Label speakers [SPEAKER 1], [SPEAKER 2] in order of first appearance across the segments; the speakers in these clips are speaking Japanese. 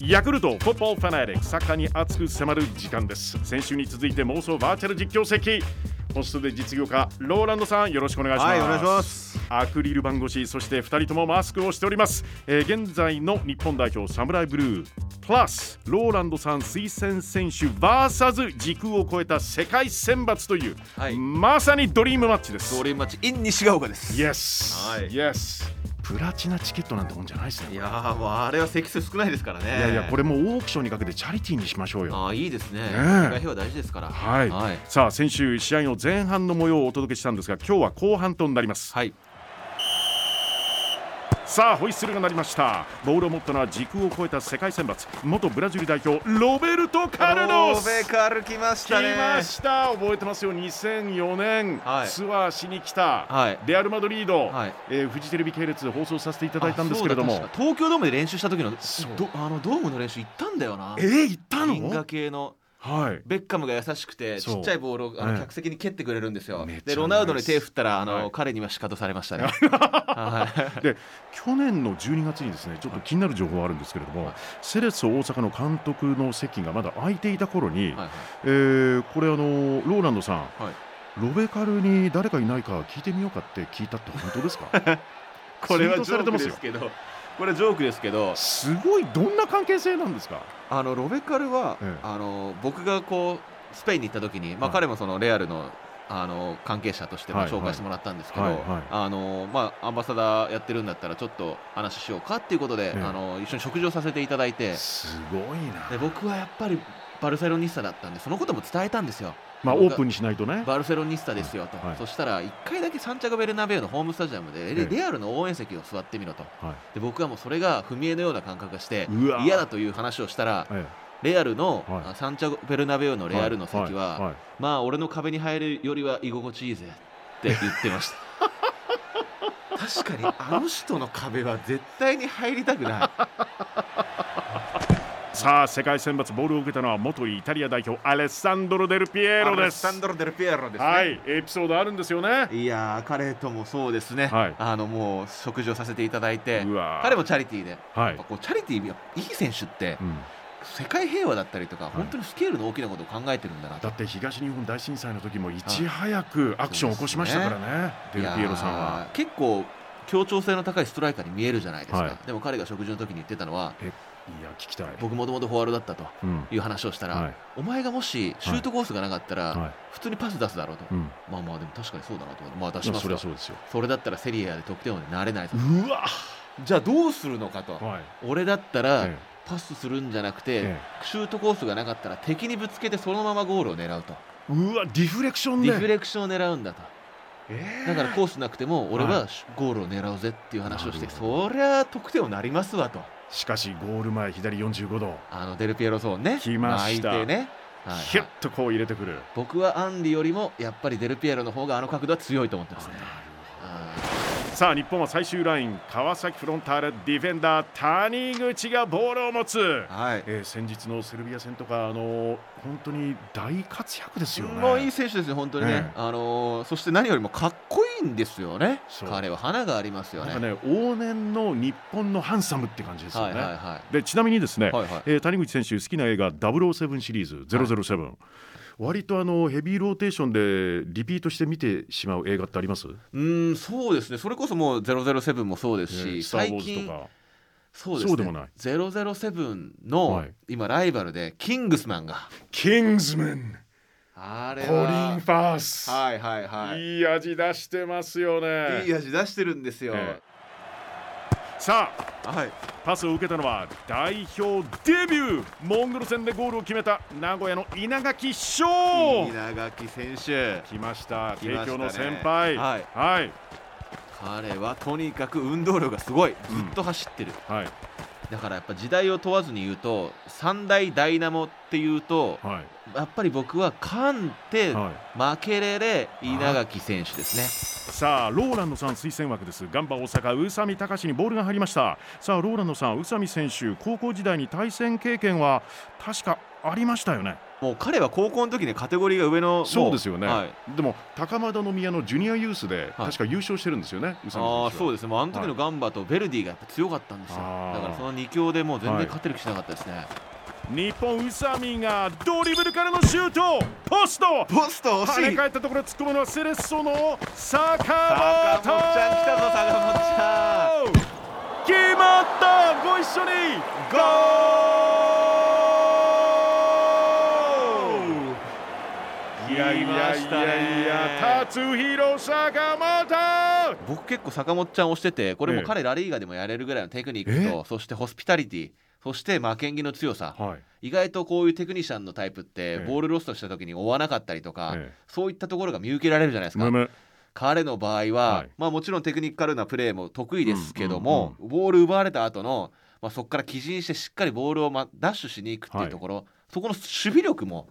[SPEAKER 1] ヤクルトフォッボールファナリックサッカーに熱く迫る時間です先週に続いて妄想バーチャル実況席ホストで実業家ローランドさんよろしくお願いします、
[SPEAKER 2] はいお願いします
[SPEAKER 1] アクリル板越しそして2人ともマスクをしております、えー現在の日本代表サムライブループラスローランドさん推薦選手 VS 時空を超えた世界選抜という、
[SPEAKER 2] はい
[SPEAKER 1] まさにドリームマッチです
[SPEAKER 2] ドリームマッチ in 西ヶ丘です
[SPEAKER 1] イエス、
[SPEAKER 2] はい
[SPEAKER 1] イエスプラチナチケットなんてもんじゃないですね
[SPEAKER 2] いやーもうあれは席数少ないですからねい
[SPEAKER 1] いやいやこ
[SPEAKER 2] れ
[SPEAKER 1] れもうオークションにかけてチャリティーにしましょうよ
[SPEAKER 2] ああいいですね
[SPEAKER 1] え
[SPEAKER 2] 世界平和大事ですから
[SPEAKER 1] はい、
[SPEAKER 2] はい
[SPEAKER 1] さあ先週試合の前半の模様をお届けしたんですが今日は後半となります、
[SPEAKER 2] はい
[SPEAKER 1] さあホイッスルが鳴りましたボールを持ったのは時空を超えた世界選抜元ブラジル代表ロベルト・カルロス
[SPEAKER 2] ベカル来まし
[SPEAKER 1] 来
[SPEAKER 2] たね
[SPEAKER 1] ました覚えてますよ2004年、
[SPEAKER 2] はい
[SPEAKER 1] ツアーしに来た、
[SPEAKER 2] はい
[SPEAKER 1] レアル・マドリード、
[SPEAKER 2] はい
[SPEAKER 1] えーフジテレビ系列で放送させていただいたんですけれど
[SPEAKER 2] あそう
[SPEAKER 1] も
[SPEAKER 2] だ確か東京ドームで練習した時の
[SPEAKER 1] そう
[SPEAKER 2] どあのドームの練習行ったんだよな
[SPEAKER 1] えー、行った
[SPEAKER 2] 銀河
[SPEAKER 1] の
[SPEAKER 2] 系の
[SPEAKER 1] はい
[SPEAKER 2] ベッカムが優しくて
[SPEAKER 1] そう
[SPEAKER 2] ちっちゃいボールをあ
[SPEAKER 1] え
[SPEAKER 2] の
[SPEAKER 1] え
[SPEAKER 2] 客席に蹴ってくれるんですよ
[SPEAKER 1] めっちゃナイ
[SPEAKER 2] で
[SPEAKER 1] ス
[SPEAKER 2] ロナウドに手振ったらあの、
[SPEAKER 1] はい
[SPEAKER 2] 彼には仕方されま したねはい
[SPEAKER 1] で去年の12月にですねちょっと気になる情報があるんですけれども、セレッソ大阪の監督の席がまだ空いていた頃に、
[SPEAKER 2] はいはい
[SPEAKER 1] えーこれあのローランドさん、
[SPEAKER 2] はい
[SPEAKER 1] ロベカルに誰かいないか聞いてみようかって聞いたって本当ですか
[SPEAKER 2] これはジ
[SPEAKER 1] ツイ
[SPEAKER 2] ョー
[SPEAKER 1] ートされて
[SPEAKER 2] ク
[SPEAKER 1] ま
[SPEAKER 2] です
[SPEAKER 1] よ
[SPEAKER 2] すけどこれはジョークですけど
[SPEAKER 1] すごいどんな関係性なんですか
[SPEAKER 2] あのロベカルは、
[SPEAKER 1] ええ
[SPEAKER 2] あの僕がこうスペインに行った時に、ま
[SPEAKER 1] は
[SPEAKER 2] あ、
[SPEAKER 1] い
[SPEAKER 2] 彼もそのレアルのあの関係者としても
[SPEAKER 1] はいはい
[SPEAKER 2] 紹介してもらったんですけど、
[SPEAKER 1] はいはい
[SPEAKER 2] あのまあ、アンバサダーやってるんだったらちょっと話しようかっていうことで、
[SPEAKER 1] ええ
[SPEAKER 2] あの一緒に食事をさせていただいて
[SPEAKER 1] すごい
[SPEAKER 2] で
[SPEAKER 1] な、
[SPEAKER 2] 僕はやっぱりバルセロニスタだったんでそのことも伝えたんですよ
[SPEAKER 1] まあ、オープンにしないとね
[SPEAKER 2] バルセロニスタですよと、
[SPEAKER 1] はい
[SPEAKER 2] そしたら1回だけサンチャゴ・ベルナベウのホームスタジアムでレ
[SPEAKER 1] ええ
[SPEAKER 2] レアルの応援席を座ってみろと
[SPEAKER 1] はい
[SPEAKER 2] で僕はもうそれが踏み絵のような感覚がして
[SPEAKER 1] うわ
[SPEAKER 2] 嫌だという話をしたら
[SPEAKER 1] え
[SPEAKER 2] レアルの、
[SPEAKER 1] はい
[SPEAKER 2] あサンチャゴ・ベルナベウの
[SPEAKER 1] え
[SPEAKER 2] レアルの席は、
[SPEAKER 1] いい
[SPEAKER 2] まあ俺の壁に入るよりは居心地いいぜって言ってました 確かにあの人の壁は絶対に入りた くない
[SPEAKER 1] さあ世界選抜ボールを受けたのは元イタリア代表アレッサンドロ・デルピエロです
[SPEAKER 2] アレッサンドロ・デルピエロですね、
[SPEAKER 1] はいエピソードあるんですよね
[SPEAKER 2] いやー彼ともそうですね、
[SPEAKER 1] はい
[SPEAKER 2] あのもう食事をさせていただいて
[SPEAKER 1] うわー
[SPEAKER 2] 彼もチャリティーで、
[SPEAKER 1] は
[SPEAKER 2] やっぱ
[SPEAKER 1] い、
[SPEAKER 2] こうチャリティーいい選手って
[SPEAKER 1] うん
[SPEAKER 2] 世界平和だったりとか、本当にスケールの大きなことを考えてるんだなと
[SPEAKER 1] だって東日本大震災の時もいち早くアクションを起こしましたからね、デルピエロさん
[SPEAKER 2] いや
[SPEAKER 1] は。
[SPEAKER 2] ー結構協調性の高いストライカーに見えるじゃないですか、
[SPEAKER 1] はい
[SPEAKER 2] でも彼が食事の時に言ってたのはい
[SPEAKER 1] や、聞きたい。
[SPEAKER 2] 僕もともとフォワードだったと
[SPEAKER 1] うん
[SPEAKER 2] いう話をしたら、
[SPEAKER 1] はい
[SPEAKER 2] お前がもしシュートコースがなかったら、
[SPEAKER 1] はい
[SPEAKER 2] 普通にパス出すだろうと、
[SPEAKER 1] うん、
[SPEAKER 2] まあまあでも確かにそうだなと思ってまあ出
[SPEAKER 1] い
[SPEAKER 2] し
[SPEAKER 1] や
[SPEAKER 2] ます
[SPEAKER 1] そり
[SPEAKER 2] よ
[SPEAKER 1] ゃそうですよ。
[SPEAKER 2] それだったらセリエ A で得点王になれないぞ
[SPEAKER 1] うわ
[SPEAKER 2] じゃあどうするのかと、
[SPEAKER 1] はい、
[SPEAKER 2] 俺だったら、
[SPEAKER 1] え
[SPEAKER 2] パスするんじゃなくて、
[SPEAKER 1] え
[SPEAKER 2] シュートコースがなかったら敵にぶつけてそのままゴールを狙うと、
[SPEAKER 1] えうわ、ディフレクション
[SPEAKER 2] デ
[SPEAKER 1] で。
[SPEAKER 2] ィフレクションを狙うんだと
[SPEAKER 1] ええ
[SPEAKER 2] だからコースなくても俺
[SPEAKER 1] は
[SPEAKER 2] はゴールを狙うぜっていう話をして、
[SPEAKER 1] なる
[SPEAKER 2] そりゃ得点をなりますわと
[SPEAKER 1] しかし、ゴール前、左45度、
[SPEAKER 2] あのデルピエロゾーンね
[SPEAKER 1] 来ました
[SPEAKER 2] 相手ね、はいはい
[SPEAKER 1] ヒュッとこう入れてくる。
[SPEAKER 2] 僕はアンディよりもやっぱりデルピエロの方があの角度は強いと思ってますねあ
[SPEAKER 1] さあ、日本は最終ライン、川崎フロンターレディフェンダー、谷口がボールを持つ。
[SPEAKER 2] ーはい
[SPEAKER 1] えー、先日のセルビア戦とか、あのー本当に大活躍ですよね。
[SPEAKER 2] もういい選手ですね、本当にね、
[SPEAKER 1] ええ
[SPEAKER 2] あのーそして何よりもかっこいいんですよね
[SPEAKER 1] そう、
[SPEAKER 2] 彼は花がありますよ
[SPEAKER 1] な
[SPEAKER 2] ね。
[SPEAKER 1] んかね、往年の日本のハンサムって感じですよ
[SPEAKER 2] はい
[SPEAKER 1] ね。
[SPEAKER 2] はいは
[SPEAKER 1] でちなみにです
[SPEAKER 2] い、
[SPEAKER 1] ね、
[SPEAKER 2] はいはい、
[SPEAKER 1] えー谷口選手好きな映画007シリーズ007、割とあのヘビーローテーションでリピートして見てしまう映画ってあります、
[SPEAKER 2] うーんそうですねそれこそもう007もそうですし、
[SPEAKER 1] えースター・
[SPEAKER 2] 最
[SPEAKER 1] ウォーズ
[SPEAKER 2] 近
[SPEAKER 1] とか
[SPEAKER 2] そうですね
[SPEAKER 1] そうでもない
[SPEAKER 2] 007の、
[SPEAKER 1] はい
[SPEAKER 2] 今ライバルでキングスマンが
[SPEAKER 1] キングスマン
[SPEAKER 2] あ
[SPEAKER 1] コ
[SPEAKER 2] れ
[SPEAKER 1] リン・
[SPEAKER 2] は
[SPEAKER 1] ファース、
[SPEAKER 2] はいはいはい
[SPEAKER 1] い、い味出してますよね
[SPEAKER 2] いい味出してるんですよ、
[SPEAKER 1] えさあ
[SPEAKER 2] はい
[SPEAKER 1] パスを受けたのは代表デビューモンゴル戦でゴールを決めた名古屋の稲垣翔
[SPEAKER 2] 稲垣選手
[SPEAKER 1] 来ました
[SPEAKER 2] 来ましたね
[SPEAKER 1] 帝京の先輩
[SPEAKER 2] はい
[SPEAKER 1] はい、
[SPEAKER 2] 彼はとにかく運動量がすごいずっと走ってる、
[SPEAKER 1] はい
[SPEAKER 2] だからやっぱ時代を問わずに言うと三大ダイナモっていうと
[SPEAKER 1] はい
[SPEAKER 2] やっぱり僕はカンテ、
[SPEAKER 1] はい
[SPEAKER 2] マケレレ稲垣選手ですね
[SPEAKER 1] さあローランドさん推薦枠ですガンバ大阪宇佐美隆にボールが入りましたさあローランドさん宇佐美選手高校時代に対戦経験は確かありましたよね
[SPEAKER 2] もう彼は高校の時ねカテゴリーが上のも
[SPEAKER 1] そうですよね、
[SPEAKER 2] はい、
[SPEAKER 1] でも高円宮のジュニアユースで
[SPEAKER 2] はい
[SPEAKER 1] 確か優勝してるんですよね、宇佐美
[SPEAKER 2] ああ
[SPEAKER 1] 選手
[SPEAKER 2] そ
[SPEAKER 1] は
[SPEAKER 2] うですねもうあの時のガンバとベルディがやっぱ強かったんですよ、
[SPEAKER 1] あー
[SPEAKER 2] だからその2強でもう全
[SPEAKER 1] はい
[SPEAKER 2] 然勝てる気しなかったですね、
[SPEAKER 1] 日本宇佐美がドリブルからのシュートポスト
[SPEAKER 2] ポスト
[SPEAKER 1] 跳ね
[SPEAKER 2] 坂
[SPEAKER 1] 返ったところ突っ込むのはセレッソの
[SPEAKER 2] 本
[SPEAKER 1] 坂本
[SPEAKER 2] ちゃん来たぞ坂本ちゃん
[SPEAKER 1] 決まったご一緒にゴーいやいやいやいや達弘坂本
[SPEAKER 2] 僕結構坂本ちゃんを推しててこれもう彼ラリーガでもやれるぐらいのテクニックとそしてホスピタリティそして負けん気の強さ
[SPEAKER 1] はい、
[SPEAKER 2] 意外とこういうテクニシャンのタイプって
[SPEAKER 1] ええ
[SPEAKER 2] ボールロストした時に追わなかったりとか
[SPEAKER 1] ええ
[SPEAKER 2] そういったところが見受けられるじゃないです
[SPEAKER 1] む
[SPEAKER 2] か
[SPEAKER 1] む
[SPEAKER 2] 彼の場合
[SPEAKER 1] は
[SPEAKER 2] はいまあもちろんテクニカルなプレーも得意ですけども
[SPEAKER 1] う
[SPEAKER 2] ボール奪われた後のまあそこから起陣してしっかりボールをまあダッシュしに行くっていうところそこの守備力も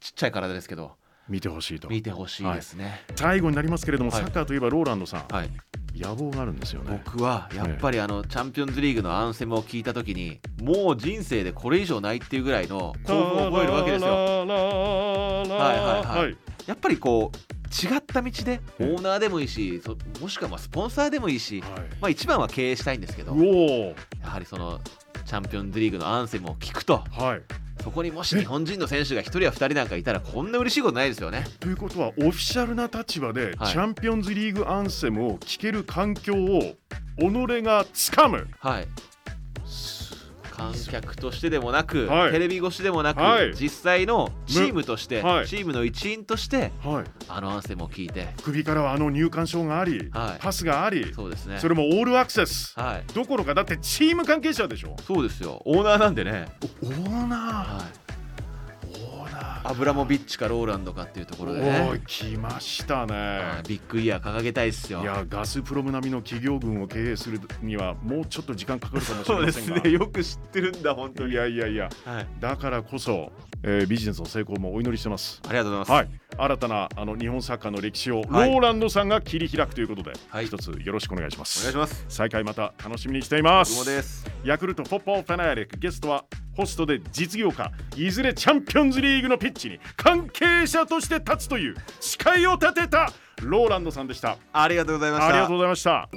[SPEAKER 2] ちっちゃい体ですけど
[SPEAKER 1] 見てほしいと
[SPEAKER 2] 見てほしいですね。
[SPEAKER 1] 最後になりますけれども、
[SPEAKER 2] はい
[SPEAKER 1] サッカーといえばローランドさん、
[SPEAKER 2] はい
[SPEAKER 1] 野望があるんですよね
[SPEAKER 2] 僕はやっぱりあのチャンピオンズリーグのアンセムを聞いた時にもう人生でこれ以上ないっていうぐらいの興奮を覚えるわけですよ
[SPEAKER 1] はい
[SPEAKER 2] はいはいやっぱりこう違った道でオーナーでもいいしそもしくはまあスポンサーでもいいし、まあ、一番は経営したいんですけど
[SPEAKER 1] うおー
[SPEAKER 2] やはりそのチャンピオンズリーグのアンセムを聞くと
[SPEAKER 1] はい
[SPEAKER 2] そこにもし日本人の選手が1人や2人なんかいたらこんな嬉しいことないですよね
[SPEAKER 1] ということはオフィシャルな立場で、
[SPEAKER 2] はい
[SPEAKER 1] チャンピオンズリーグアンセムを聴ける環境を己が掴む
[SPEAKER 2] はい観客としてでもなく、
[SPEAKER 1] はい
[SPEAKER 2] テレビ越しでもなく、
[SPEAKER 1] はい
[SPEAKER 2] 実際のチームとして、
[SPEAKER 1] むはい
[SPEAKER 2] チームの一員として
[SPEAKER 1] はい
[SPEAKER 2] あのアンセムを聞いて
[SPEAKER 1] 首からはあの入管証があり、
[SPEAKER 2] はい
[SPEAKER 1] パスがありそ,、
[SPEAKER 2] そうですね
[SPEAKER 1] れもオールアクセス、
[SPEAKER 2] はい
[SPEAKER 1] どころかだってチーム関係者でしょ
[SPEAKER 2] そうですよオーナーなんでね、
[SPEAKER 1] オーナ
[SPEAKER 2] はい、
[SPEAKER 1] ーオーナー
[SPEAKER 2] アブラモビッチかローランドかっていうところで
[SPEAKER 1] お
[SPEAKER 2] ね
[SPEAKER 1] ー来ましたね、
[SPEAKER 2] はいビッグイヤー掲げたいっすよ
[SPEAKER 1] いやガスプロム並みの企業群を経営するにはもうちょっと時間かかるかもしれ
[SPEAKER 2] そう
[SPEAKER 1] ま
[SPEAKER 2] で
[SPEAKER 1] せん
[SPEAKER 2] す
[SPEAKER 1] が
[SPEAKER 2] ねよく知ってるんだ本当に、
[SPEAKER 1] いやいやいや
[SPEAKER 2] はい、あり
[SPEAKER 1] だからこそ、えービジネスの成功もお祈りしてます
[SPEAKER 2] がとうございます、
[SPEAKER 1] はい、新たなあの日本サッカーの歴史を、
[SPEAKER 2] はい
[SPEAKER 1] ローランドさんが切り開くということで、
[SPEAKER 2] はい
[SPEAKER 1] 一つよろしくお願いしま
[SPEAKER 2] お願い
[SPEAKER 1] す
[SPEAKER 2] します
[SPEAKER 1] 再開また楽しみにしていま
[SPEAKER 2] 久保
[SPEAKER 1] す
[SPEAKER 2] です
[SPEAKER 1] ヤクルトフォッポーファナリックゲストはホストで実業家いずれチャンピオンズリーグのピッチに関係者として立つという誓いを立てたローランドさんでした
[SPEAKER 2] ありがとうございまし
[SPEAKER 1] あ
[SPEAKER 2] た
[SPEAKER 1] りがとうございました